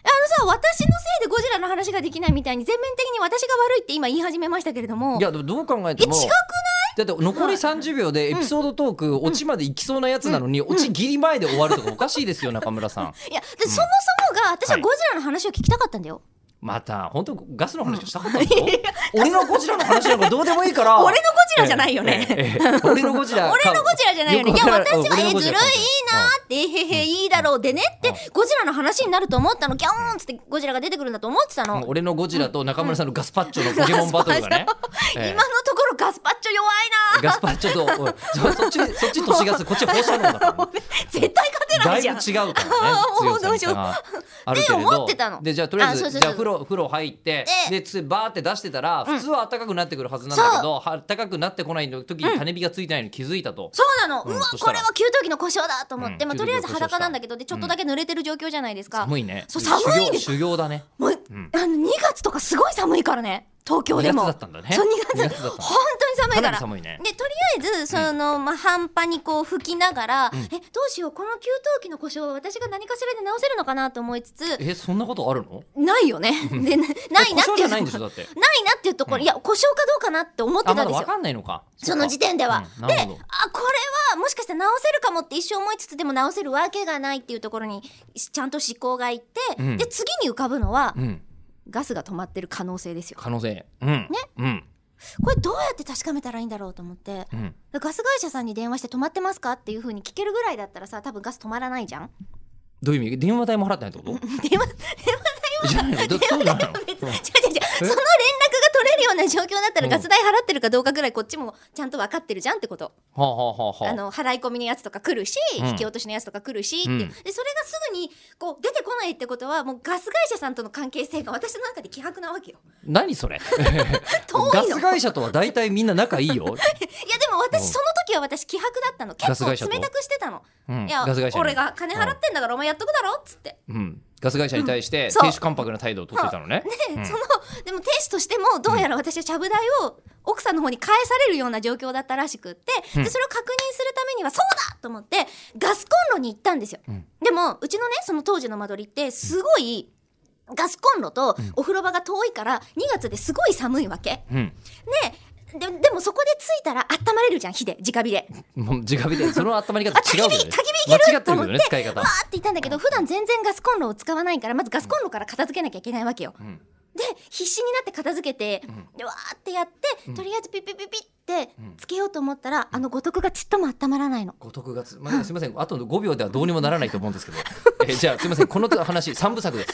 さ私のせいでゴジラの話ができないみたいに全面的に私が悪いって今言い始めましたけれどもいやでもどう考ええて違くもないだって残り30秒でエピソードトーク、オチまで行きそうなやつなのに、オチギリ前で終わるとかおかし いですよ中村さんいや、でそもそもが私はゴジラの話を聞きたかったんだよ、また本当ガスの話をしたかったの、俺のゴジラの話なんかどうでもいいか ら俺のゴジラじゃないよね、ええ ええ俺のゴジラか俺のゴジラじゃないよねいくやわから私は俺のえゴずジるいラなーってえへへいいだろうでねってゴジラの話になると思ったのギャーンっつってゴジラが出てくるんだと思ってたの、うん俺のゴジラと中村さんのガスパッチョのポケモンバトルがねガスパッチョええ今のところガスパッチョ弱いなガスパッチョとおいそそっちそっち都市ガスこっち放射能だからね絶対勝 てなだいいぶじゃ違んうからねあーもう強さみたいなのがあるけれっどて思ってたのでじゃあとりあえずあそうそうそうじゃあ風呂風呂入ってででつバーって出してたら普通は暖かくなってくるはずなんだけどは暖かくなってこない時に種火がついてないのに気づいたとそうなの、ううんわそしたこられは給湯器の故障だと思って、うんまあ、とりあえず裸なんだけどでちょっとだけ濡れてる状況じゃないですか、寒いねそう修行寒いです修行だねもう、うんあの2月とかすごい寒いからね東京でも2月だったんだねそう2 2月月だった本当に 寒いかかならり寒いねでとりあえずその、まあ、半端にこう拭きながら、えどうしようこの給湯器の故障は私が何かしらで直せるのかなと思いつつえそんなことあるのないよね でなないえな故ってい障じうゃないんでしょ だってないなっていうところ、いや故障かどうかなって思ってあたんまだですわよかんないのか その時点では、うんでなあるほこどれはもしかして直せるかもって一生思いつつでも直せるわけがないっていうところにしちゃんと思考がいって、うんで次に浮かぶのは、うんガスが止まってる可能性ですよ可能性うんねうんこれどうやって確かめたらいいんだろうと思ってうんガス会社さんに電話して止まってますかっていう風に聞けるぐらいだったらさ多分ガス止まらないじゃん どういう意味電話代も払ってないってこと電話じゃないのだそうじゃない別に違う違うん違うのうその連絡が取れるような状況だったらうんガス代払ってるかどうかぐらいこっちもちゃんと分かってるじゃんってことはあはあはあはあの払い込みのやつとか来るし、うん引き落としのやつとか来るしって、うんでそれがすぐにこう出てこないってことはもうガス会社さんとの関係性が私の中で希薄なわけよ 何それ遠いのガス会社とは大体みんな仲いい よ、いやでもう私んその時は私希薄だったのガ結ス構会社と冷たくしてたのうん、いやガス会社に俺が金払ってんだからお前やっとくだろっつってうん、ガス会社に対してそう亭主関白な態度をとっていたのね、で、うんそのでも亭主としてもどうやら私はちゃぶ台を奥さんの方に返されるような状況だったらしくって、うんでそれを確認するためにはそうだと思ってガスコンロに行ったんですよ、うんでもうちのねその当時の間取りってすごいガスコンロとお風呂場が遠いから2月ですごい寒いわけうんでででもそこで着いたら温まれるじゃん火で直火でもう直 火でその温まり方あ違うよね焚き火焚き火いけ間違るってと思るよってね使い方わ、ーっていたんだけど普段全然ガスコンロを使わないからまずガスコンロから片付けなきゃいけないわけようんで必死になって片付けて、んでわーってやって、うんとりあえずピッピッピッピッってうんつけようと思ったら、あの五徳がちっとも温まらないの。ご徳月、まあ、すみませんあと5秒ではどうにもならないと思うんですけどえじゃあすみませんこの話三部作です